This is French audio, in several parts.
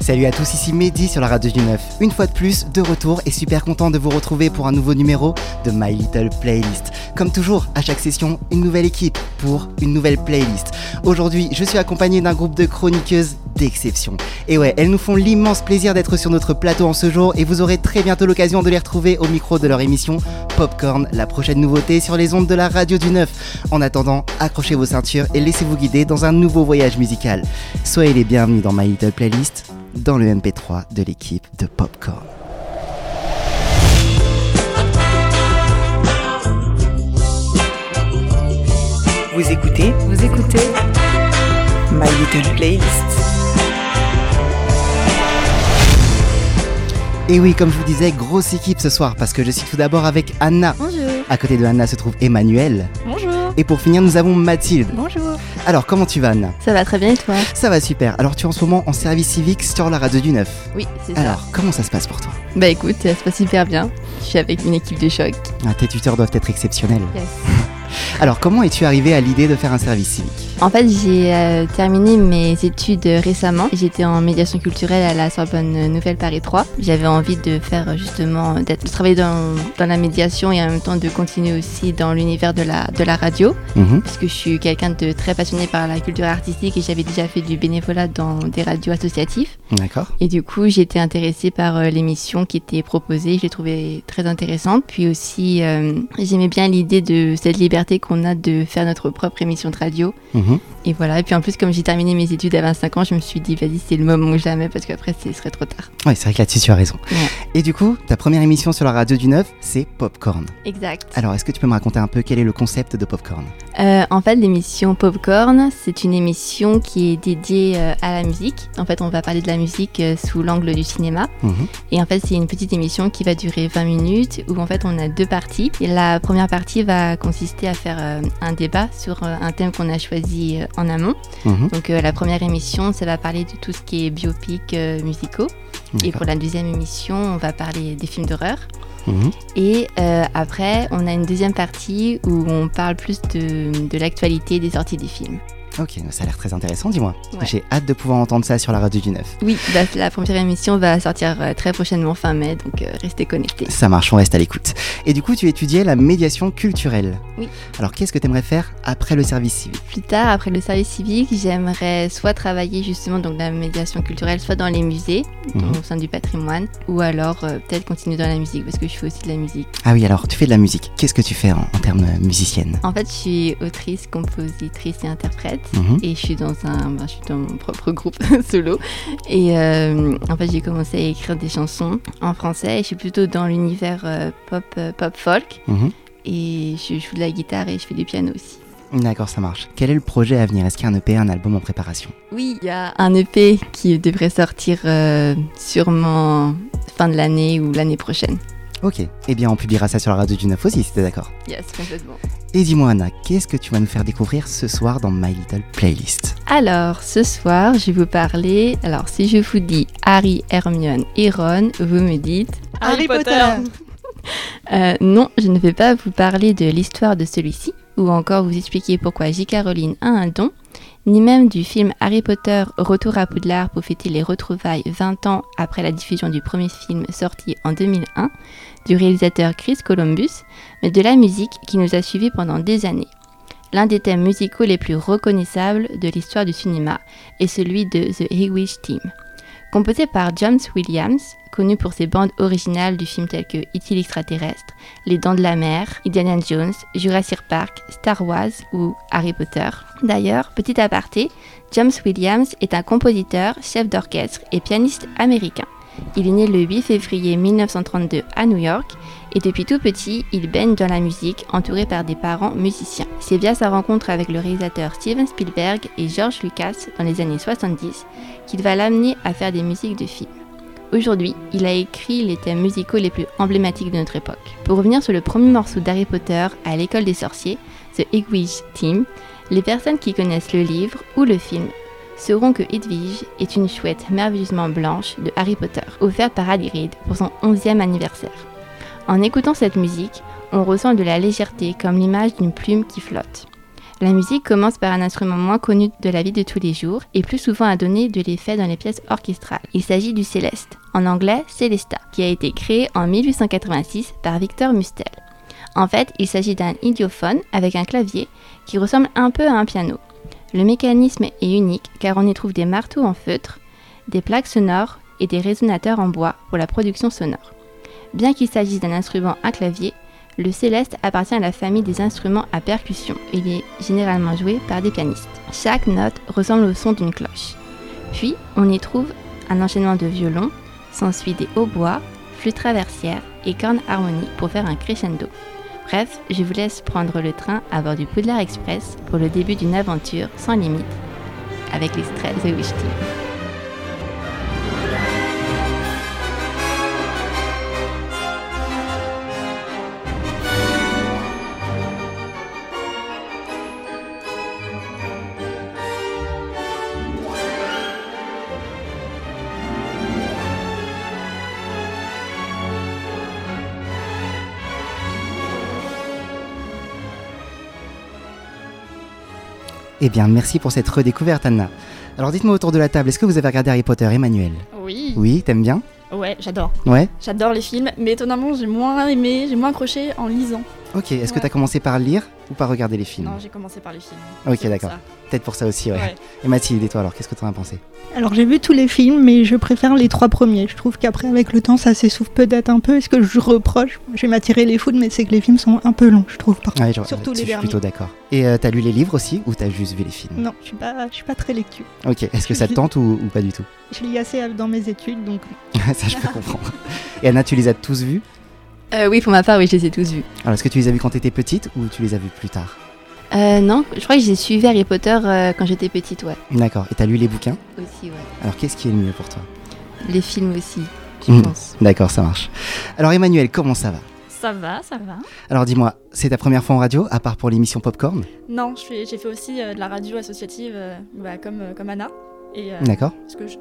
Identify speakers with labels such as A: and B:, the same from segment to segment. A: salut à tous, ici Mehdi sur la radio du 9. Une fois de plus, de retour et super content de vous retrouver pour un nouveau numéro de My Little Playlist. Comme toujours, à chaque session, une nouvelle équipe pour une nouvelle playlist. Aujourd'hui, je suis accompagné d'un groupe de chroniqueuses d'exception. Et ouais, elles nous font l'immense plaisir d'être sur notre plateau en ce jour et vous aurez très bientôt l'occasion de les retrouver au micro de leur émission Popcorn, la prochaine nouveauté sur les ondes de la radio du 9. En attendant, accrochez vos ceintures et laissez-vous guider dans un nouveau voyage musical. Soyez les bienvenus dans My Little Playlist, dans le MP3 de l'équipe de Popcorn.
B: Vous écoutez
C: Vous écoutez
B: My Little Playlist.
A: Et oui, comme je vous disais, grosse équipe ce soir parce que je suis tout d'abord avec Anna.
C: Bonjour.
A: À côté de Anna se trouve Emmanuel.
C: Bonjour.
A: Et pour finir, nous avons Mathilde.
C: Bonjour.
A: Alors, comment tu vas, Anna
C: Ça va très bien et toi
A: Ça va super. Alors, tu es en ce moment en service civique sur la radio du 9.
C: Oui, c'est ça.
A: Alors, comment ça se passe pour toi
C: Bah écoute, ça se passe super bien. Je suis avec une équipe de choc.
A: Ah, Tes tuteurs doivent être exceptionnels.
C: Yes.
A: Alors, comment es-tu arrivé à l'idée de faire un service civique
C: En fait, j'ai euh, terminé mes études récemment. J'étais en médiation culturelle à la Sorbonne Nouvelle Paris 3. J'avais envie de faire euh, justement, euh, d'être, de travailler dans, dans la médiation et en même temps de continuer aussi dans l'univers de la, de la radio.
A: Mhm.
C: Parce que je suis quelqu'un de très passionné par la culture artistique et j'avais déjà fait du bénévolat dans des radios associatives.
A: D'accord.
C: Et du coup, j'ai été intéressée par euh, l'émission qui était proposée. Je l'ai trouvée très intéressante. Puis aussi, euh, j'aimais bien l'idée de cette liberté qu'on a de faire notre propre émission de radio.
A: Mhm.
C: Et voilà. Et puis en plus, comme j'ai terminé mes études à 25 ans, je me suis dit, vas-y, c'est le moment ou jamais, parce qu'après, ce serait trop tard.
A: Ouais, c'est vrai que là-dessus, tu as raison.
C: Ouais.
A: Et du coup, ta première émission sur la radio du 9, c'est Popcorn.
C: Exact.
A: Alors, est-ce que tu peux me raconter un peu quel est le concept de Popcorn
C: Euh, en fait, l'émission Popcorn, c'est une émission qui est dédiée euh, à la musique. En fait, on va parler de la musique euh, sous l'angle du cinéma.
A: Mhm.
C: Et en fait, c'est une petite émission qui va durer 20 minutes où en fait, on a deux parties. Et la première partie va consister à faire euh, un débat sur euh, un thème qu'on a choisi euh, en amont.
A: Mhm.
C: Donc euh, la première émission, ça va parler de tout ce qui est biopic euh, musicaux. Et
A: D'accord.
C: pour la deuxième émission, on va parler des films d'horreur.
A: Mhm.
C: Et euh, après, on a une deuxième partie où on parle plus de, de l'actualité des sorties des films.
A: Ok, ça a l'air très intéressant, dis-moi.
C: Ouais.
A: J'ai hâte de pouvoir entendre ça sur la radio du 9.
C: Oui, bah, la première émission va sortir euh, très prochainement fin mai, donc euh, restez connectés.
A: Ça marche, on reste à l'écoute. Et du coup, tu étudiais la médiation culturelle.
C: Oui.
A: Alors, qu'est-ce que tu aimerais faire après le service civique
C: Plus tard, après le service civique, j'aimerais soit travailler justement dans la médiation culturelle, soit dans les musées,
A: Mhm.
C: au sein du patrimoine, ou alors euh, peut-être continuer dans la musique, parce que je fais aussi de la musique.
A: Ah oui, alors, tu fais de la musique. Qu'est-ce que tu fais en, en termes de musicienne
C: En fait, je suis autrice, compositrice et interprète.
A: Mhm.
C: Et je suis dans un, ben, je suis dans mon propre groupe solo. Et euh, en fait, j'ai commencé à écrire des chansons en français. Et je suis plutôt dans l'univers euh, pop, euh, pop folk.
A: Mhm.
C: Et je joue de la guitare et je fais du piano aussi.
A: D'accord, ça marche. Quel est le projet à venir Est-ce qu'il y a un EP, un album en préparation
C: Oui, il y a un EP qui devrait sortir euh, sûrement fin de l'année ou l'année prochaine.
A: Ok. Eh bien, on publiera ça sur la radio du 9 aussi, si t'es d'accord.
C: Yes, complètement.
A: Et dis-moi, Anna, qu'est-ce que tu vas nous faire découvrir ce soir dans My Little Playlist
C: Alors, ce soir, je vais vous parler. Alors, si je vous dis Harry, Hermione et Ron, vous me dites
B: Harry Potter.
C: Euh, non, je ne vais pas vous parler de l'histoire de celui-ci, ou encore vous expliquer pourquoi J. Caroline a un don, ni même du film Harry Potter Retour à Poudlard pour fêter les retrouvailles 20 ans après la diffusion du premier film sorti en 2001 du réalisateur Chris Columbus, mais de la musique qui nous a suivis pendant des années. L'un des thèmes musicaux les plus reconnaissables de l'histoire du cinéma est celui de The Hewish Team. Composé par James Williams, connu pour ses bandes originales du film tels que E.T. l'extraterrestre, Les Dents de la Mer, Indiana Jones, Jurassic Park, Star Wars ou Harry Potter. D'ailleurs, petit aparté, James Williams est un compositeur, chef d'orchestre et pianiste américain. Il est né le 8 février 1932 à New York et depuis tout petit, il baigne dans la musique entouré par des parents musiciens. C'est via sa rencontre avec le réalisateur Steven Spielberg et George Lucas dans les années 70 qu'il va l'amener à faire des musiques de films. Aujourd'hui, il a écrit les thèmes musicaux les plus emblématiques de notre époque. Pour revenir sur le premier morceau d'Harry Potter à l'école des sorciers, The Hedwig Team, les personnes qui connaissent le livre ou le film sauront que Hedwig est une chouette merveilleusement blanche de Harry Potter, offerte par Harry Reid pour son 11e anniversaire. En écoutant cette musique, on ressent de la légèreté comme l'image d'une plume qui flotte. La musique commence par un instrument moins connu de la vie de tous les jours et plus souvent a donné de l'effet dans les pièces orchestrales. Il s'agit du céleste, en anglais Celesta, qui a été créé en 1886 par Victor Mustel. En fait, il s'agit d'un idiophone avec un clavier qui ressemble un peu à un piano. Le mécanisme est unique car on y trouve des marteaux en feutre, des plaques sonores et des résonateurs en bois pour la production sonore. Bien qu'il s'agisse d'un instrument à clavier, le céleste appartient à la famille des instruments à percussion. Il est généralement joué par des pianistes. Chaque note ressemble au son d'une cloche. Puis, on y trouve un enchaînement de violons, s'ensuit des hautbois, flûtes traversières et cornes harmoniques pour faire un crescendo. Bref, je vous laisse prendre le train à bord du Poudlard Express pour le début d'une aventure sans limite avec les stress The Wish Team.
A: Eh bien, merci pour cette redécouverte, Anna. Alors, dites-moi autour de la table, est-ce que vous avez regardé Harry Potter, Emmanuel
D: Oui.
A: Oui, t'aimes bien
D: Ouais, j'adore.
A: Ouais
D: J'adore les films, mais étonnamment, j'ai moins aimé, j'ai moins accroché en lisant.
A: Ok, est-ce que
D: Ouais.
A: t'as commencé par lire ou par regarder les films
D: Non, j'ai commencé par les films.
A: Ok,
D: C'est pour
A: d'accord.
D: ça.
A: Peut-être pour ça aussi, ouais.
D: Ouais.
A: Et Mathilde, et toi alors, qu'est-ce que t'en as pensé
E: Alors j'ai vu tous les films, mais je préfère les trois premiers. Je trouve qu'après, avec le temps, ça s'essouffle peut-être un peu. Est-ce que je reproche J'ai m'attiré les foules, mais c'est que les films sont un peu longs, je trouve. Par...
A: Ouais, je-
E: Surtout
A: je
E: les
A: suis
E: derniers.
A: plutôt d'accord. Et euh, t'as lu les livres aussi ou t'as juste vu les films
E: Non, je suis pas, je suis pas très lecture.
A: Ok, est-ce que ça te tente ou, ou pas du tout
E: Je lis assez dans mes études, donc
A: Ça, je peux comprendre. Et Anna, tu les as tous vus
C: Euh, oui, pour ma part, oui, je les ai tous vus.
A: Alors, est-ce que tu les as vus quand t'étais petite ou tu les as vus plus tard
C: Euh, non, je crois que j'ai suivi Harry Potter euh, quand j'étais petite, ouais.
A: D'accord. Et t'as lu les bouquins
C: Aussi, ouais.
A: Alors, qu'est-ce qui est le mieux pour toi
C: Les films aussi, je
A: Mhm.
C: pense.
A: D'accord, ça marche. Alors, Emmanuel, comment ça va
D: Ça va, ça va.
A: Alors, dis-moi, c'est ta première fois en radio, à part pour l'émission Popcorn
D: Non, je fais- j'ai fait aussi euh, de la radio associative, euh, bah, comme, euh, comme Anna. Et, euh,
A: D'accord
D: est-ce que, je-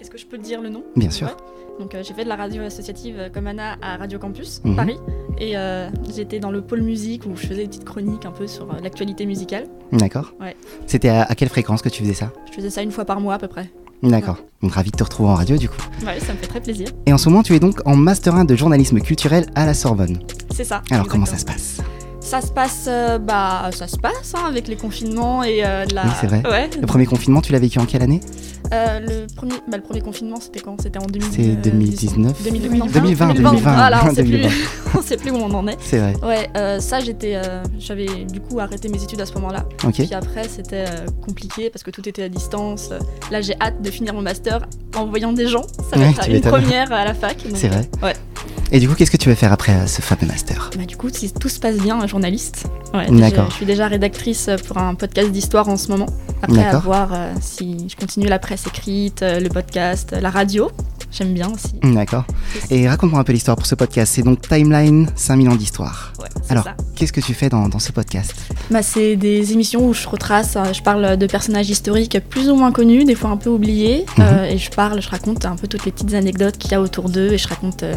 D: est-ce que je peux te dire le nom
A: Mm. Bien sûr.
D: Ouais. Donc euh, j'ai fait de la radio associative euh, comme Anna à Radio Campus,
A: Mhm.
D: Paris. Et euh, j'étais dans le pôle musique où je faisais des petites chroniques un peu sur euh, l'actualité musicale.
A: D'accord
D: Ouais.
A: C'était à, à quelle fréquence que tu faisais ça
D: Je faisais ça une fois par mois à peu près.
A: D'accord. Donc, ravi de te retrouver en radio, du coup.
D: Ouais, ça me fait très plaisir.
A: Et en ce moment, tu es donc en Master 1 de journalisme culturel à la Sorbonne.
D: C'est ça.
A: Alors, comment ça
D: exactement.
A: se passe
D: Ça se passe, euh, bah, ça se passe hein, avec les confinements et euh, de la.
A: Oui, c'est vrai.
D: Ouais.
A: Le premier confinement, tu l'as vécu en quelle année
D: Euh, le premier, bah, le premier confinement, c'était quand C'était en 2000,
A: C'est 2019
D: 2020,
A: 2020, 2020.
D: Voilà, on sait
A: 2020.
D: plus. on sait plus où on en est.
A: C'est vrai.
D: Ouais, euh, ça j'étais, euh, j'avais du coup arrêté mes études à ce moment-là.
A: Ok.
D: Puis après c'était euh, compliqué parce que tout était à distance. Euh, Là j'ai hâte de finir mon master en voyant des gens. Ça va
A: Ouais,
D: être
A: tu
D: une
A: m'étonnes.
D: première à la fac. donc,
A: C'est vrai.
D: euh, Ouais.
A: Et du coup, qu'est-ce que tu vas faire après euh, ce fameux master
D: Bah, du coup, si tout se passe bien, journaliste. Ouais,
A: D'accord.
D: Je, je suis déjà rédactrice pour un podcast d'histoire en ce moment. Après, à
A: D'accord.
D: voir euh, si je continue la presse écrite, euh, le podcast, euh, la radio. J'aime bien aussi.
A: D'accord. Et raconte-moi un peu l'histoire pour ce podcast. C'est donc Timeline 5000 ans d'histoire.
D: Ouais, c'est
A: Alors,
D: ça.
A: qu'est-ce que tu fais dans, dans ce podcast
D: Bah, c'est des émissions où je retrace, euh, je parle de personnages historiques plus ou moins connus, des fois un peu oubliés,
A: Mhm.
D: euh, et je parle, je raconte un peu toutes les petites anecdotes qu'il y a autour d'eux, et je raconte euh,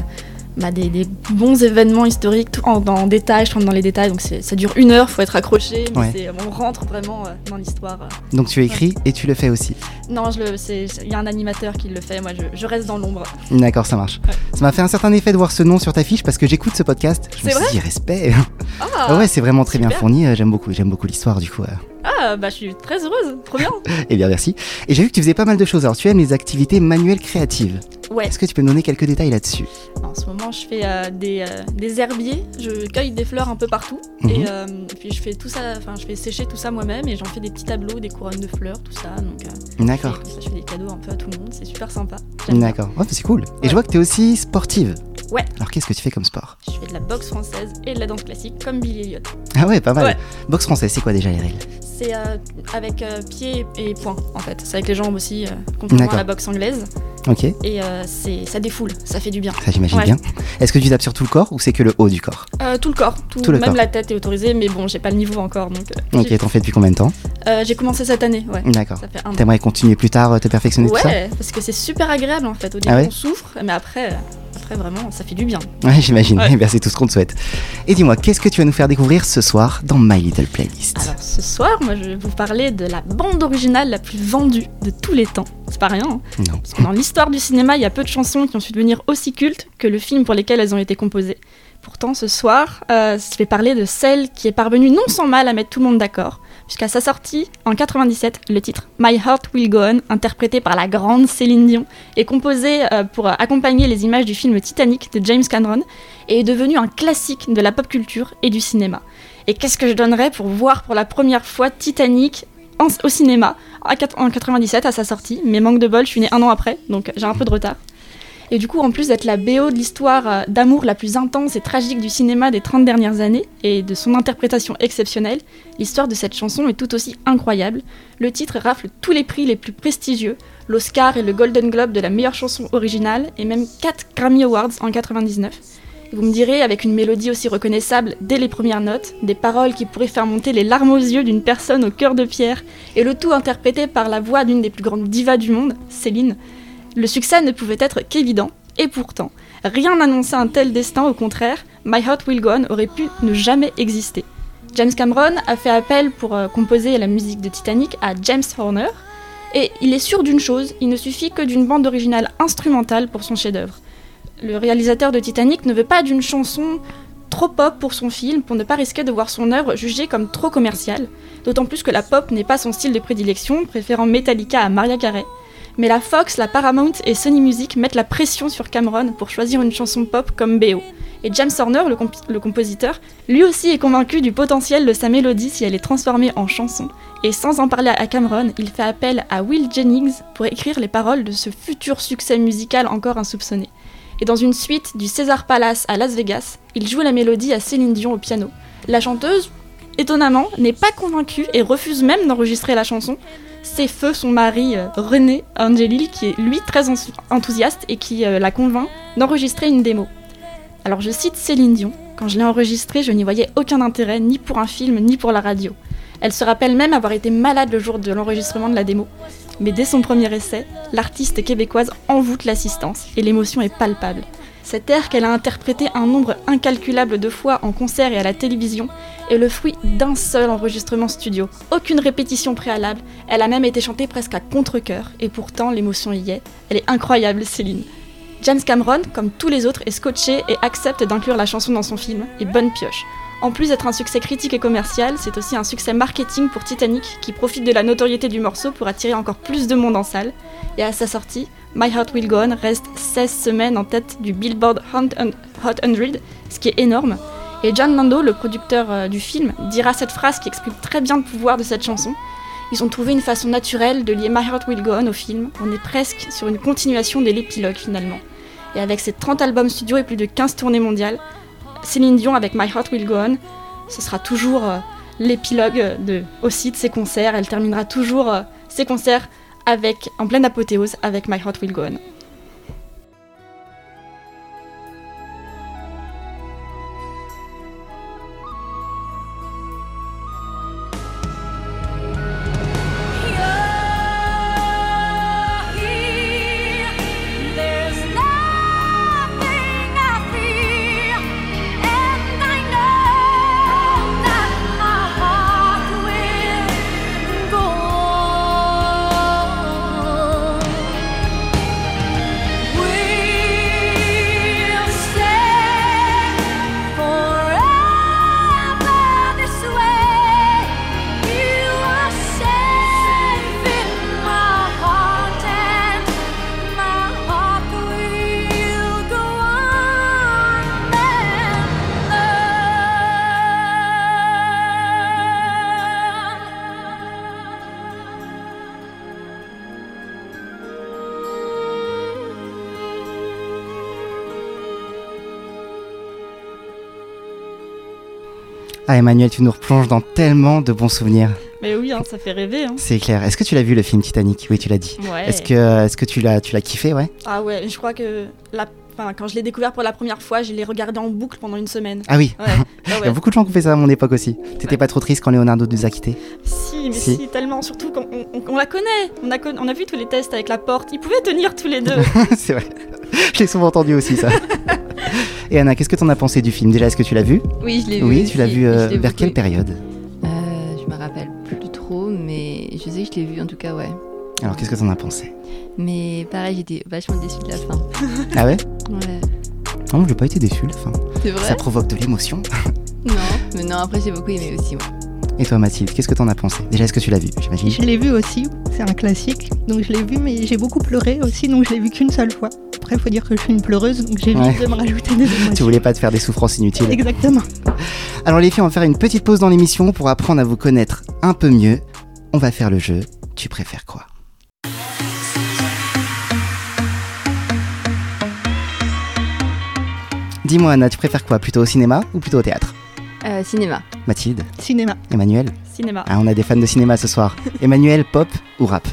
D: bah, des, des bons événements historiques, tout en, en détail, je rentre dans les détails, donc c'est- ça dure une heure, faut être accroché, mais
A: Ouais.
D: c'est- on rentre vraiment euh, dans l'histoire. euh.
A: Donc, tu écris et tu le fais aussi.
D: Non, je le- c'est- il y a un animateur qui le fait, moi je, je reste dans l'ombre.
A: D'accord, ça marche.
D: Ouais.
A: Ça m'a fait un certain effet de voir ce nom sur ta fiche parce que j'écoute ce podcast. Je me
D: C'est
A: suis
D: vrai
A: dit respect.
D: Ah,
A: Ah ouais, c'est vraiment très bien
D: super.
A: fourni. euh, J'aime beaucoup. J'aime beaucoup l'histoire du coup. euh.
D: ah, bah je suis très heureuse, trop bien.
A: Eh bien, merci. Et j'ai vu que tu faisais pas mal de choses. Alors, tu aimes les activités manuelles créatives.
D: Ouais,
A: Est-ce que tu peux me donner quelques détails là-dessus
D: en ce moment je fais euh, des, euh, des herbiers, je cueille des fleurs un peu partout,
A: Mhm.
D: et euh, puis je fais tout ça, enfin je fais sécher tout ça moi-même, et j'en fais des petits tableaux, des couronnes de fleurs, tout ça, donc euh, je, fais,
A: D'accord.
D: comme ça, je fais des cadeaux un peu à tout le monde, c'est super sympa. J'aime bien.
A: Ah. D'accord. Ouais, bah, c'est cool. Et
D: Ouais.
A: je vois que tu es aussi sportive.
D: Ouais.
A: Alors, qu'est-ce que tu fais comme sport
D: Je fais de la boxe française et de la danse classique, comme Billy Elliot.
A: Ah ouais, pas mal.
D: Ouais.
A: Boxe française, c'est quoi déjà les règles
D: C'est euh, avec euh, pied et poing, en fait, c'est avec les jambes aussi, euh, contrairement à
A: D'accord.
D: la boxe anglaise,
A: Ok,
D: et euh, c'est ça défoule, ça fait du bien.
A: ça j'imagine
D: Ouais.
A: bien. Est-ce que tu tapes sur tout le corps ou c'est que le haut du corps
D: Euh, tout le corps, tout,
A: Tout le
D: même
A: corps.
D: la tête est autorisée, mais bon, j'ai pas le niveau encore, donc euh,
A: Ok,
D: j'ai-
A: t'en fais depuis combien de temps
D: euh, j'ai commencé cette année, ouais.
A: D'accord.
D: Ça fait un an.
A: T'aimerais continuer plus tard, euh, te perfectionner tout ça
D: Ouais, parce que c'est super agréable en fait. Au début,
A: Ah ouais
D: on souffre, mais après, euh, après, exprès, vraiment, ça fait du bien.
A: Ouais, j'imagine.
F: Ouais.
A: Eh bien, c'est tout ce qu'on te souhaite. Et dis-moi, qu'est-ce que tu vas nous faire découvrir ce soir dans My Little Playlist
D: Alors ce soir, moi je vais vous parler de la bande originale la plus vendue de tous les temps. C'est pas rien. hein.
A: Non.
D: Parce que dans l'histoire du cinéma, il y a peu de chansons qui ont su devenir aussi cultes que le film pour lesquels elles ont été composées. Pourtant, ce soir, euh, je vais parler de celle qui est parvenue non sans mal à mettre tout le monde d'accord. Puisqu'à sa sortie, en 97, le titre My Heart Will Go On, interprété par la grande Céline Dion, est composé euh, pour euh, accompagner les images du film Titanic de James Cameron et est devenu un classique de la pop culture et du cinéma. Et qu'est-ce que je donnerais pour voir pour la première fois Titanic en- au cinéma à quat- en 97 à sa sortie, mais manque de bol, je suis née un an après, donc j'ai un peu de retard. Et du coup, en plus d'être la BO de l'histoire euh, d'amour la plus intense et tragique du cinéma des 30 dernières années, et de son interprétation exceptionnelle, l'histoire de cette chanson est tout aussi incroyable. Le titre rafle tous les prix les plus prestigieux, l'Oscar et le Golden Globe de la meilleure chanson originale, et même 4 Grammy Awards en 99. Vous me direz, avec une mélodie aussi reconnaissable dès les premières notes, des paroles qui pourraient faire monter les larmes aux yeux d'une personne au cœur de pierre, et le tout interprété par la voix d'une des plus grandes divas du monde, Céline, le succès ne pouvait être qu'évident, et pourtant, rien n'annonçait un tel destin, au contraire, My Heart Will Go On aurait pu ne jamais exister. James Cameron a fait appel pour euh, composer la musique de Titanic à James Horner, et il est sûr d'une chose, il ne suffit que d'une bande originale instrumentale pour son chef-d'œuvre. Le réalisateur de Titanic ne veut pas d'une chanson trop pop pour son film pour ne pas risquer de voir son œuvre jugée comme trop commerciale, d'autant plus que la pop n'est pas son style de prédilection, préférant Metallica à Maria Carey. Mais la Fox, la Paramount et Sony Music mettent la pression sur Cameron pour choisir une chanson pop comme BO. Et James Horner, le, compi- le compositeur, lui aussi est convaincu du potentiel de sa mélodie si elle est transformée en chanson. Et sans en parler à Cameron, il fait appel à Will Jennings pour écrire les paroles de ce futur succès musical encore insoupçonné. Et dans une suite du César Palace à Las Vegas, il joue la mélodie à Céline Dion au piano. La chanteuse, étonnamment, n'est pas convaincue et refuse même d'enregistrer la chanson, c'est feu son mari euh, René Angelil qui est lui très en- enthousiaste et qui euh, la convainc d'enregistrer une démo. Alors je cite Céline Dion, quand je l'ai enregistrée je n'y voyais aucun intérêt ni pour un film ni pour la radio. Elle se rappelle même avoir été malade le jour de l'enregistrement de la démo. Mais dès son premier essai, l'artiste québécoise envoûte l'assistance et l'émotion est palpable. Cet air qu'elle a interprété un nombre incalculable de fois en concert et à la télévision est le fruit d'un seul enregistrement studio. Aucune répétition préalable, elle a même été chantée presque à contre-coeur, et pourtant l'émotion y est. Elle est incroyable, Céline. James Cameron, comme tous les autres, est scotché et accepte d'inclure la chanson dans son film, et bonne pioche. En plus d'être un succès critique et commercial, c'est aussi un succès marketing pour Titanic, qui profite de la notoriété du morceau pour attirer encore plus de monde en salle. Et à sa sortie, My Heart Will Go On reste 16 semaines en tête du Billboard Hot 100, ce qui est énorme. Et John Lando, le producteur euh, du film, dira cette phrase qui explique très bien le pouvoir de cette chanson. Ils ont trouvé une façon naturelle de lier My Heart Will Go On au film. On est presque sur une continuation de l'épilogue finalement. Et avec ses 30 albums studio et plus de 15 tournées mondiales, Céline Dion avec My Heart Will Go On, ce sera toujours euh, l'épilogue euh, de, aussi de ses concerts. Elle terminera toujours euh, ses concerts avec, en pleine apothéose avec My Heart Will Go On.
A: Ah, Emmanuel, tu nous replonges dans tellement de bons souvenirs.
D: Mais oui, hein, ça fait rêver. Hein.
A: C'est clair. Est-ce que tu l'as vu le film Titanic Oui, tu l'as dit.
D: Ouais.
A: Est-ce que, est-ce que tu l'as, tu l'as kiffé, ouais
D: Ah ouais, je crois que la... enfin, quand je l'ai découvert pour la première fois, je l'ai regardé en boucle pendant une semaine.
A: Ah oui.
D: Ouais,
A: Il
D: ah
A: y a
D: ouais.
A: beaucoup de gens qui ont fait ça à mon époque aussi. T'étais pas trop triste quand Leonardo nous a quittés
D: Si, mais
A: Si.
D: si, tellement, surtout qu'on on, on- on la connaît. On a, con- on a vu tous les tests avec la porte. Ils pouvaient tenir tous les deux.
A: C'est vrai. Je l'ai souvent entendu aussi, ça. Et Anna, qu'est-ce que t'en as pensé du film Déjà, est-ce que tu l'as vu
C: Oui, je l'ai vu.
A: Oui, tu l'as
C: aussi,
A: vu
C: et je
A: euh,
C: l'ai
A: vers
C: beaucoup
A: quelle
C: aimé.
A: période
C: Euh, Je me rappelle plus trop, mais je sais que je l'ai vu en tout cas, ouais.
A: Alors, qu'est-ce que t'en as pensé
C: Mais pareil, j'étais vachement déçue de la fin.
A: Ah ouais
C: Ouais.
A: Non, j'ai pas été déçu, la fin.
C: C'est vrai
A: Ça provoque de l'émotion.
C: Non, mais non, après j'ai beaucoup aimé aussi. ouais.
A: Et toi, Mathilde, qu'est-ce que t'en as pensé Déjà, est-ce que tu l'as vu J'imagine.
E: Je l'ai vu aussi, c'est un classique. Donc je l'ai vu, mais j'ai beaucoup pleuré aussi, donc je l'ai vu qu'une seule fois. Après, il faut dire que je suis une pleureuse, donc j'ai
A: Ouais.
E: envie de me rajouter des émotions.
A: Tu voulais pas te faire des souffrances inutiles
E: Exactement.
A: Alors les filles, on va faire une petite pause dans l'émission pour apprendre à vous connaître un peu mieux. On va faire le jeu. Tu préfères quoi Dis-moi Anna, tu préfères quoi Plutôt au cinéma ou plutôt au théâtre
C: Euh, cinéma.
A: Mathilde
E: Cinéma.
A: Emmanuel
D: Cinéma.
A: Ah, on a des fans de cinéma ce soir. Emmanuel, pop ou rap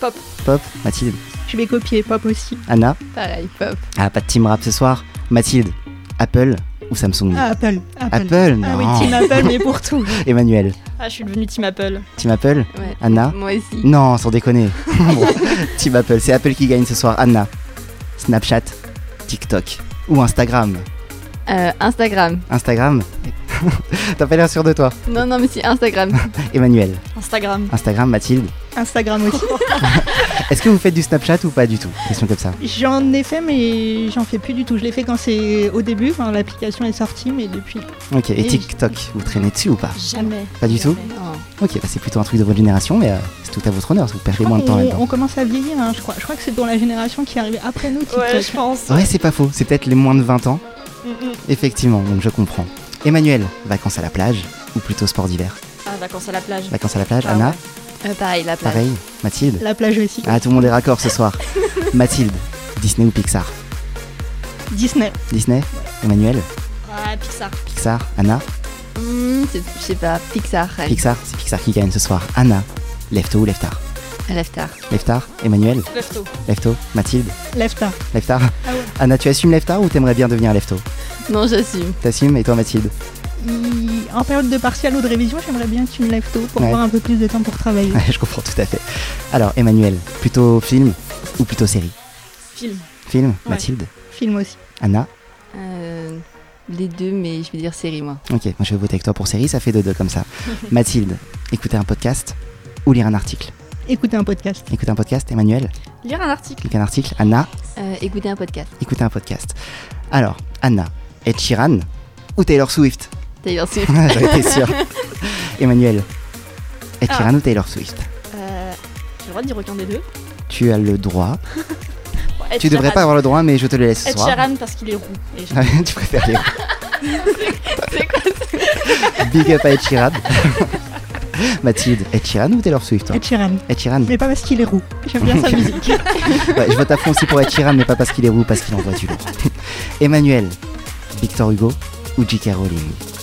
D: Pop.
A: Pop Mathilde
E: Je vais copier, pas possible.
A: Anna
C: Pareil, pop.
A: Ah, pas de team rap ce soir. Mathilde Apple ou Samsung
E: Ah, Apple. Apple.
A: Apple, non
E: Ah oui, Team Apple, mais pour tout.
A: Emmanuel
D: Ah, je suis devenue Team Apple.
A: Team Apple
C: Ouais.
A: Anna
C: Moi aussi.
A: Non, sans déconner. Bon, Team Apple, c'est Apple qui gagne ce soir. Anna, Snapchat, TikTok ou Instagram.
C: Euh, Instagram.
A: Instagram T'as pas l'air sûr de toi.
C: Non, non, mais si, Instagram.
A: Emmanuel,
D: Instagram.
A: Instagram, Mathilde.
E: Instagram aussi.
A: Est-ce que vous faites du Snapchat ou pas du tout Question comme ça.
E: J'en ai fait, mais j'en fais plus du tout. Je l'ai fait quand c'est au début, quand l'application est sortie, mais depuis.
A: Ok, et
E: Et
A: TikTok, vous traînez dessus ou pas
D: Jamais.
A: Pas du tout
C: Non.
A: Ok, bah c'est plutôt un truc de votre génération, mais euh, c'est tout à votre honneur, si vous perdez moins de temps
E: on,
A: là-dedans.
E: on commence à vieillir, hein, je crois. Je crois que c'est dans la génération qui est arrivée après nous. TikTok.
D: Ouais, je pense.
A: Ouais, c'est pas faux, c'est peut-être les moins de 20 ans.
D: Mm, mm.
A: Effectivement, donc je comprends. Emmanuel, vacances à la plage ou plutôt sport d'hiver
D: Ah, vacances à la plage.
A: Vacances à la plage,
D: Ah
A: Anna,
D: ouais.
C: Euh, pareil, la plage.
A: pareil, Mathilde
E: La plage aussi.
A: Ah, tout le monde est raccord ce soir. Mathilde, Disney ou Pixar
E: Disney.
A: Disney Emmanuel
D: Ah, Pixar.
A: Pixar Anna
C: Hmm, c'est- je sais pas, Pixar. elle.
A: Pixar C'est Pixar qui gagne ce soir. Anna Lève-tôt ou lève-tard
C: Leftar.
A: Lève-tard Emmanuel
D: Lefto.
A: Lève-tôt Mathilde
E: Lefta.
A: Lève-tard
E: Ah ouais.
A: Anna, tu assumes lève-tard ou t'aimerais bien devenir lève-tôt
C: Non, j'assume.
A: T'assumes et toi Mathilde
E: Il- En période de partiel ou de révision, j'aimerais bien que tu me lèves tôt pour
A: Ouais.
E: avoir un peu plus de temps pour travailler.
A: Ouais, Je comprends tout à fait. Alors Emmanuel, plutôt film ou plutôt série
D: Film.
A: Film
D: Ouais.
A: Mathilde
E: Film aussi.
A: Anna
C: Euh, les deux, mais je vais dire série, moi.
A: Ok, moi je vais voter avec toi pour série, ça fait 2-2 comme ça. Mathilde, écouter un podcast ou lire un article
E: Écouter un podcast.
A: Écouter un podcast, Emmanuel
D: Lire un article.
A: Écouter un article Anna
C: Euh, écouter un podcast.
A: écouter un podcast. Alors, Anna, Ed Sheeran ou Taylor Swift Ah,
C: Taylor Swift.
A: J'en étais sûr. Emmanuel, Ed
D: Ah.
A: Sheeran ou Taylor Swift
D: Euh, J'ai le droit de dire aucun des deux.
A: Tu as le droit.
D: Bon, Ed
A: Tu devrais
D: Sheeran.
A: pas avoir le droit, mais je te le laisse ce
D: Ed
A: soir.
D: Sheeran parce qu'il est roux. Et je-
A: tu préfères les. Big up à Ed Sheeran. Mathilde, Ed Sheeran ou Taylor Swift toi
E: Ed Sheeran.
A: Ed Sheeran.
E: Mais pas parce qu'il est roux. J'aime bien sa musique.
A: Ouais, je vote à fond aussi pour Ed Sheeran, mais pas parce qu'il est roux, parce qu'il envoie du lourd. Emmanuel, Victor Hugo ou J.K. Rowling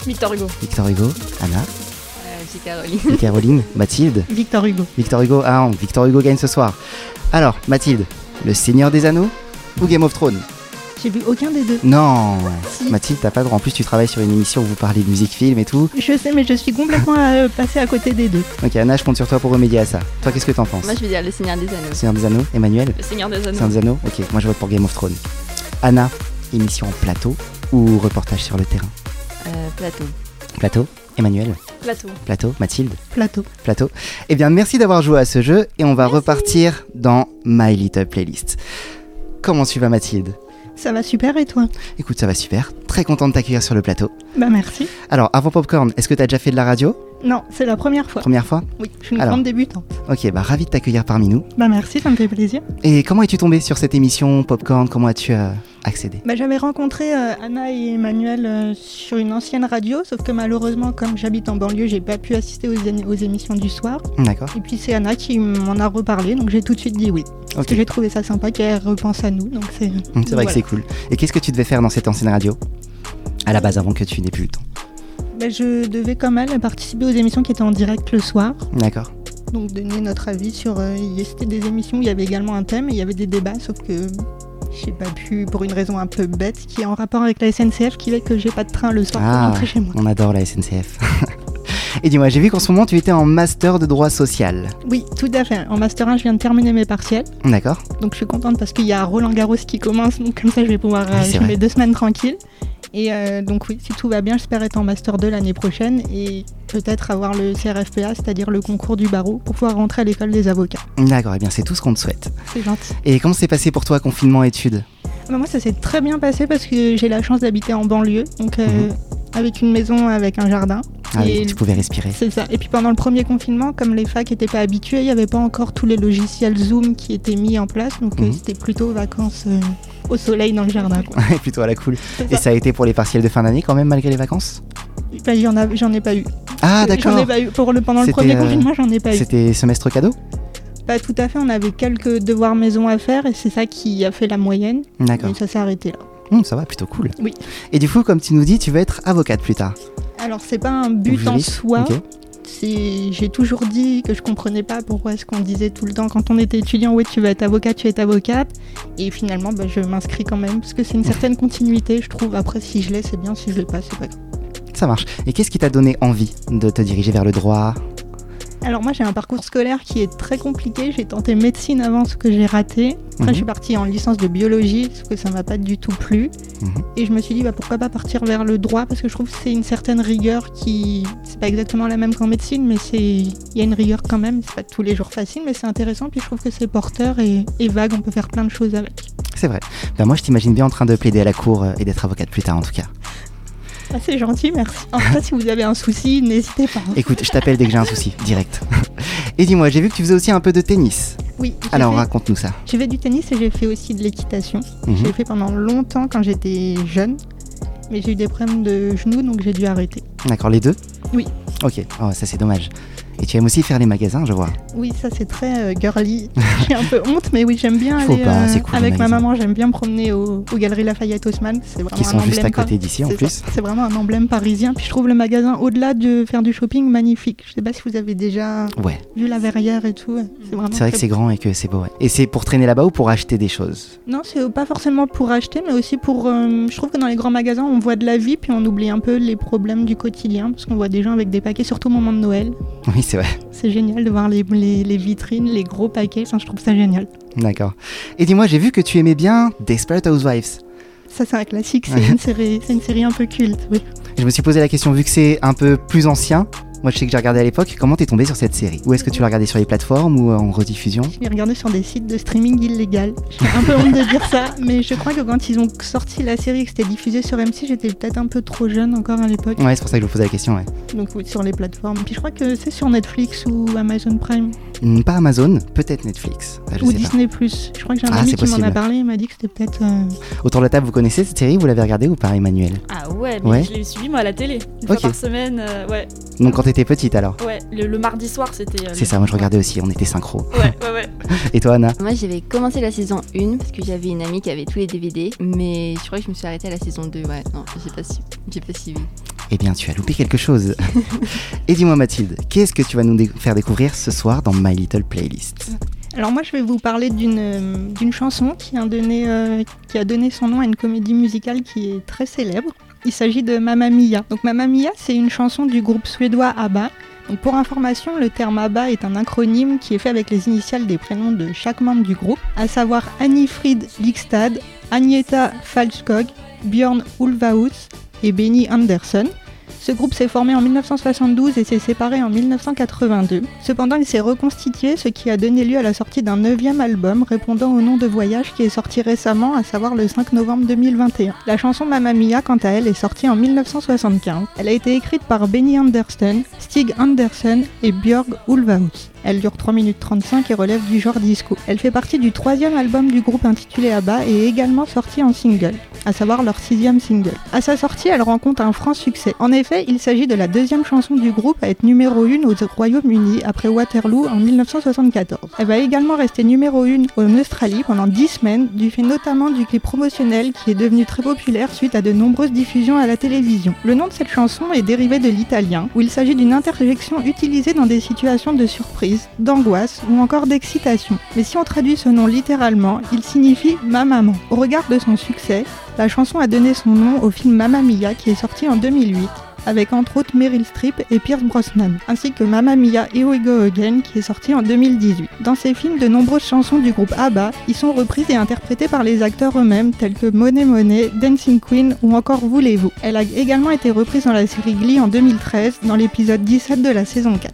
D: Victor Hugo.
A: Victor Hugo, Anna,
C: Euh, J.K. Rowling.
A: J.K. Rowling, Mathilde
E: Victor Hugo.
A: Victor Hugo, ah non, Victor Hugo gagne ce soir. Alors, Mathilde, Le Seigneur des Anneaux ou Game of Thrones
E: J'ai vu aucun des deux.
A: Non
E: Si.
A: Mathilde, t'as pas le droit. En plus, tu travailles sur une émission où vous parlez de musique, film et tout.
E: Je sais, mais je suis complètement euh, passée à côté des deux.
A: Ok, Anna, je compte sur toi pour remédier à ça. Toi, qu'est-ce que t'en penses
C: Moi, je vais dire Le Seigneur des Anneaux.
A: Le Seigneur des Anneaux, Emmanuel
D: Le Seigneur des
A: Le
D: Anneaux.
A: Seigneur des Anneaux Ok, moi je vote pour Game of Thrones. Anna, émission en plateau ou reportage sur le terrain
C: Euh, Platon.
A: Plateau Emmanuel
D: Plateau.
A: Plateau Mathilde
E: Plateau.
A: plateau. Eh bien, merci d'avoir joué à ce jeu et on va repartir dans My Little Playlist. Comment tu vas, Mathilde
E: Ça va super et toi
A: Écoute, ça va super. Très content de t'accueillir sur le plateau.
E: Bah merci.
A: Alors, avant Popcorn, est-ce que t'as déjà fait de la radio
E: Non, c'est la première fois.
A: Première fois
E: Oui, je suis une
A: Alors.
E: grande débutante.
A: Ok, bah ravi de t'accueillir parmi nous.
E: Bah merci, ça me fait plaisir.
A: Et comment es-tu tombé sur cette émission Popcorn Comment as-tu euh, accédé
E: Bah, j'avais rencontré euh, Anna et Emmanuel euh, sur une ancienne radio, sauf que malheureusement, comme j'habite en banlieue, j'ai pas pu assister aux, émi- aux émissions du soir.
A: D'accord.
E: Et puis c'est Anna qui m'en a reparlé, donc j'ai tout de suite dit oui. Parce
A: Ok.
E: que j'ai trouvé ça sympa qu'elle repense à nous, donc c'est.
A: C'est vrai
E: voilà.
A: que c'est cool. Et qu'est-ce que tu devais faire dans cette ancienne radio À la base, avant que tu n'aies plus le temps.
E: Bah, je devais comme elle participer aux émissions qui étaient en direct le soir,
A: D'accord.
E: donc donner notre avis sur. euh, il- C'était des émissions où il y avait également un thème et il y avait des débats, sauf que. J'ai pas pu, pour une raison un peu bête, qui est en rapport avec la SNCF, qui fait que j'ai pas de train le soir
A: Ah.
E: pour rentrer chez moi.
A: On adore la SNCF. Et dis-moi, j'ai vu qu'en ce moment, tu étais en master de droit social.
E: Oui, tout à fait. En master 1, je viens de terminer mes partiels.
A: D'accord
E: Donc je suis contente parce qu'il y a Roland Garros qui commence. Donc comme ça, je vais pouvoir
A: Oui,
E: euh,
A: c'est
E: j'ai
A: vrai.
E: mes deux semaines tranquilles. Et euh, donc oui, si tout va bien, j'espère être en master 2 l'année prochaine et peut-être avoir le CRFPA, c'est-à-dire le concours du barreau, pour pouvoir rentrer à l'école des avocats.
A: D'accord, et bien c'est tout ce qu'on te souhaite.
E: C'est gentil.
A: Et comment s'est passé pour toi confinement études
E: Ah bah moi, ça s'est très bien passé parce que j'ai la chance d'habiter en banlieue, donc euh, avec une maison, avec un jardin.
A: Mhm. Ah oui,
E: Et-
A: tu pouvais respirer.
E: C'est ça. Et puis pendant le premier confinement, comme les facs n'étaient pas habitués, il n'y avait pas encore tous les logiciels Zoom qui étaient mis en place. Donc euh,
A: Mhm.
E: c'était plutôt vacances euh, au soleil dans le jardin. quoi.
A: Et plutôt à la cool.
E: C'est
A: Et
E: ça.
A: ça a été pour les partiels de fin d'année quand même, malgré les vacances
E: Bah, il y en a- J'en ai pas eu.
A: Ah,
E: J'en ai
A: d'accord
E: pas eu. Pour le, pendant le
A: C'était,
E: premier
A: euh,
E: confinement, j'en ai pas eu.
A: C'était semestre cadeau
E: Pas tout à fait. On avait quelques devoirs maison à faire et c'est ça qui a fait la moyenne.
A: D'accord.
E: Et ça s'est arrêté là.
A: Hum, ça va, plutôt cool.
E: Oui.
A: Et du coup, comme tu nous dis, tu veux être avocate plus tard.
E: Alors c'est pas un but en
A: Juriste,
E: soi.
A: ok.
E: C'est- J'ai toujours dit que je comprenais pas pourquoi est-ce qu'on disait tout le temps quand on était étudiant, ouais tu vas être avocat, tu es avocate. Et finalement, bah, je m'inscris quand même parce que c'est une certaine continuité, je trouve. Après, si je l'ai, c'est bien. Si je l'ai pas, c'est pas. grave.
A: Ça marche. Et qu'est-ce qui t'a donné envie de te diriger vers le droit
E: Alors moi, j'ai un parcours scolaire qui est très compliqué. J'ai tenté médecine avant, ce que j'ai raté. Après,
A: Mhm.
E: je suis partie en licence de biologie, ce que ça m'a pas du tout plu.
A: Mhm.
E: Et je me suis dit, bah, pourquoi pas partir vers le droit Parce que je trouve que c'est une certaine rigueur qui. C'est pas exactement la même qu'en médecine, mais c'est. Il y a une rigueur quand même. C'est pas tous les jours facile, mais c'est intéressant. Puis je trouve que c'est porteur et, et vague. On peut faire plein de choses avec.
A: C'est vrai. Ben moi, je t'imagine bien en train de plaider à la cour euh, et d'être avocate plus tard, en tout cas.
E: Ah, c'est gentil, merci. En fait, si vous avez un souci, n'hésitez pas.
A: Écoute, je t'appelle dès que j'ai un souci, direct. Et dis-moi, j'ai vu que tu faisais aussi un peu de tennis.
E: Oui, j'ai
A: Alors,
E: fait-
A: raconte-nous ça.
E: j'ai fait du tennis et j'ai fait aussi de l'équitation.
A: Mhm.
E: J'ai fait pendant longtemps quand j'étais jeune. Mais j'ai eu des problèmes de genoux, donc j'ai dû arrêter.
A: D'accord, les deux
E: Oui.
A: Ok, oh, ça c'est dommage. Et tu aimes aussi faire les magasins, je vois.
E: Oui, ça c'est très euh, girly. J'ai un peu honte, mais oui, j'aime bien
A: Faut
E: aller
A: pas,
E: euh,
A: c'est cool,
E: avec ma
A: Maïsa.
E: maman. J'aime bien me promener au- aux Galeries Lafayette Haussmann. C'est vraiment
A: Qui
E: un
A: sont juste
E: emblème
A: à
E: par-
A: côté d'ici en
E: c'est
A: plus.
E: ça. C'est vraiment un emblème parisien. Puis je trouve le magasin au-delà de faire du shopping magnifique. Je sais pas si vous avez déjà
A: Ouais,
E: vu la verrière et tout. C'est vraiment.
A: c'est vrai
E: très
A: que c'est grand et que c'est beau. ouais. Et c'est pour traîner là-bas ou pour acheter des choses
E: Non, c'est pas forcément pour acheter, mais aussi pour. euh, je trouve que dans les grands magasins, on voit de la vie, puis on oublie un peu les problèmes du quotidien, parce qu'on voit des gens avec des paquets, surtout au moment de Noël.
A: Oui, c'est vrai.
E: C'est génial de voir les, les- les vitrines, les gros paquets. Enfin, je trouve ça génial.
A: D'accord. Et dis-moi, j'ai vu que tu aimais bien Desperate Housewives.
E: Ça, c'est un classique. C'est une série, c'est une série un peu culte. Oui.
A: Je me suis posé la question, vu que c'est un peu plus ancien, moi je sais que j'ai regardé à l'époque, comment t'es tombé sur cette série Ou est-ce que tu l'as regardée sur les plateformes ou euh, en rediffusion
E: Je l'ai regardé sur des sites de streaming illégal. J'ai un peu honte de dire ça, mais je crois que quand ils ont sorti la série et que c'était diffusé sur M6, j'étais peut-être un peu trop jeune encore à l'époque.
A: Ouais, c'est pour ça que je vous posais la question, ouais.
E: Donc oui, sur les plateformes. Puis je crois que c'est sur Netflix ou Amazon Prime
A: Hmm, Pas Amazon, peut-être Netflix. Ah, je
E: ou
A: sais pas.
E: Disney+. Je crois que j'ai un
A: Ah,
E: ami
A: c'est
E: qui m'en a
A: possible.
E: parlé, il m'a dit que c'était peut-être. euh,
A: Autour de la table, vous connaissez cette série Vous l'avez regardée ou pas, Emmanuel
D: Ah ouais, mais
A: Ouais.
D: je l'ai suivi moi à la télé. Une
A: Ok.
D: fois par semaine, euh, ouais.
A: Donc quand t'étais petite alors
D: Ouais, le, le mardi soir c'était. euh,
A: C'est
D: le-
A: ça, moi je regardais aussi, on était synchro.
D: Ouais, ouais, ouais.
A: Et toi, Anna
C: Moi, j'avais commencé la saison 1 parce que j'avais une amie qui avait tous les DVD, mais je crois que je me suis arrêtée à la saison 2. Ouais, non, j'ai pas, su... j'ai pas suivi.
A: Eh bien, tu as loupé quelque chose. Et dis-moi, Mathilde, qu'est-ce que tu vas nous dé- faire découvrir ce soir dans My Little Playlist
E: Alors moi, je vais vous parler d'une euh, d'une chanson qui a, donné, euh, qui a donné son nom à une comédie musicale qui est très célèbre. Il s'agit de Mamma Mia. Donc Mamma Mia, c'est une chanson du groupe suédois ABBA. Donc pour information, le terme ABBA est un acronyme qui est fait avec les initiales des prénoms de chaque membre du groupe, à savoir Annie Fried Likstad, Agneta Falskog, Björn Ulvaeus et Benny Andersson. Ce groupe s'est formé en 1972 et s'est séparé en 1982. Cependant, il s'est reconstitué, ce qui a donné lieu à la sortie d'un neuvième album répondant au nom de Voyage qui est sorti récemment, à savoir le 5 novembre 2021. La chanson Mamma Mia, quant à elle, est sortie en 1975. Elle a été écrite par Benny Andersson, Stig Andersen et Björg Ulvaeus. Elle dure 3 minutes 35 et relève du genre disco. Elle fait partie du troisième album du groupe intitulé ABBA et est également sortie en single à savoir leur sixième single. À sa sortie, elle rencontre un franc succès. En effet, il s'agit de la deuxième chanson du groupe à être numéro 1 au Royaume-Uni après Waterloo en 1974. Elle va également rester numéro 1 en Australie pendant 10 semaines, du fait notamment du clip promotionnel qui est devenu très populaire suite à de nombreuses diffusions à la télévision. Le nom de cette chanson est dérivé de l'italien, où il s'agit d'une interjection utilisée dans des situations de surprise, d'angoisse ou encore d'excitation. Mais si on traduit ce nom littéralement, il signifie ma maman. Au regard de son succès, la chanson a donné son nom au film Mamma Mia qui est sorti en 2008. avec entre autres Meryl Streep et Pierce Brosnan, ainsi que Mamma Mia et We Go Again qui est sorti en 2018. Dans ces films, de nombreuses chansons du groupe ABBA y sont reprises et interprétées par les acteurs eux-mêmes tels que Monet Monet, Dancing Queen ou encore Voulez-vous. Elle a également été reprise dans la série Glee en 2013 dans l'épisode 17 de la saison 4.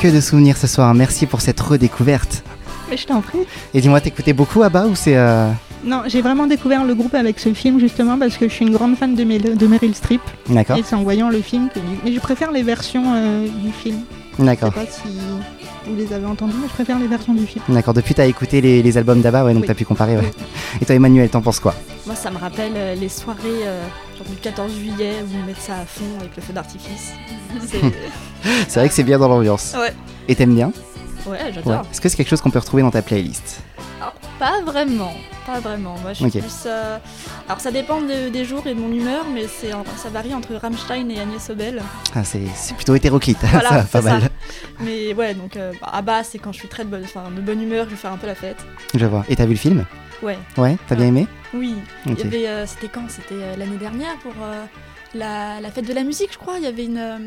A: Que de souvenirs ce soir, merci pour cette redécouverte.
E: Mais je t'en prie.
A: Et dis-moi, t'écoutais beaucoup à bas ou c'est. euh,
E: Non, j'ai vraiment découvert le groupe avec ce film justement parce que je suis une grande fan de, Mél- de Meryl Streep
A: D'accord,
E: et c'est en voyant le film que. Mais je préfère les versions euh, du film. Je sais
A: d'accord,
E: pas si vous les avez entendues, mais je préfère les versions du film.
A: d'accord. Depuis, t'as écouté les, les albums d'Abba, ouais, donc
E: Oui.
A: t'as pu comparer, ouais. Et toi, Emmanuel, t'en penses quoi
D: Moi, ça me rappelle euh, les soirées euh, genre du 14 juillet où on met ça à fond avec le feu d'artifice. C'est-
A: C'est vrai que c'est bien dans l'ambiance.
D: Ouais.
A: Et t'aimes bien
D: ouais,
A: Ouais.
D: j'adore.
A: Est-ce que c'est quelque chose qu'on peut retrouver dans ta playlist
D: Alors, Pas vraiment, pas vraiment. Moi, je suis
A: Ok.
D: plus. euh, Alors, ça dépend de- des jours et de mon humeur, mais c'est en- ça varie entre Rammstein et Agnès Obel.
A: ah, c'est, c'est plutôt hétéroclite,
D: Voilà,
A: ça,
D: c'est
A: pas
D: ça.
A: mal.
D: Mais ouais, donc euh, bah, à bas, c'est quand je suis très de bonne, enfin, de bonne humeur, je vais faire un peu la fête.
A: Je vois. Et t'as vu le film
D: Ouais,
A: Ouais, t'as bien
D: Ouais.
A: aimé
D: oui.
A: Ok.
D: Il y avait, euh, c'était quand C'était euh, l'année dernière pour euh, la, la fête de la musique, je crois. Il y avait une. euh,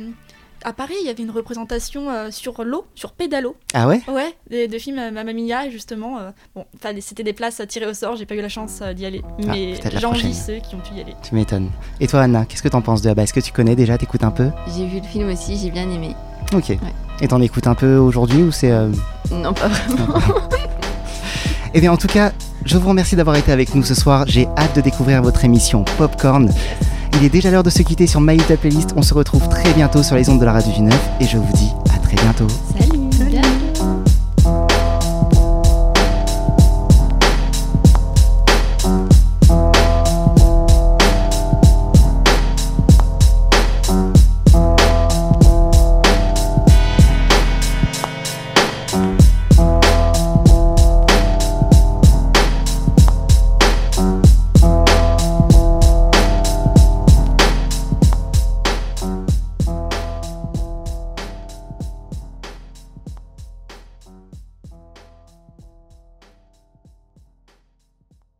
D: à Paris, il y avait une représentation euh, sur l'eau, sur pédalo.
A: Ah ouais
D: Ouais, des, des films euh, Mamma Mia, et justement. euh, bon, enfin, des- c'était des places tirées au sort, j'ai pas eu la chance euh, d'y aller. Mais
A: peut-être Ah, la
D: j'envie
A: prochaine.
D: ceux qui ont pu y aller.
A: Tu m'étonnes. Et toi, Anna, qu'est-ce que t'en penses de Abba Est-ce que tu connais déjà T'écoutes un peu
C: J'ai vu le film aussi, j'ai bien aimé.
A: Ok. Et t'en écoutes un peu aujourd'hui ou c'est. euh,
C: Non, pas vraiment.
A: Eh bien, en tout cas, je vous remercie d'avoir été avec nous ce soir. J'ai hâte de découvrir votre émission Popcorn. Il est déjà l'heure de se quitter sur My Little Playlist. On se retrouve très bientôt sur les ondes de la radio du 9 et je vous dis à très bientôt.
C: Salut.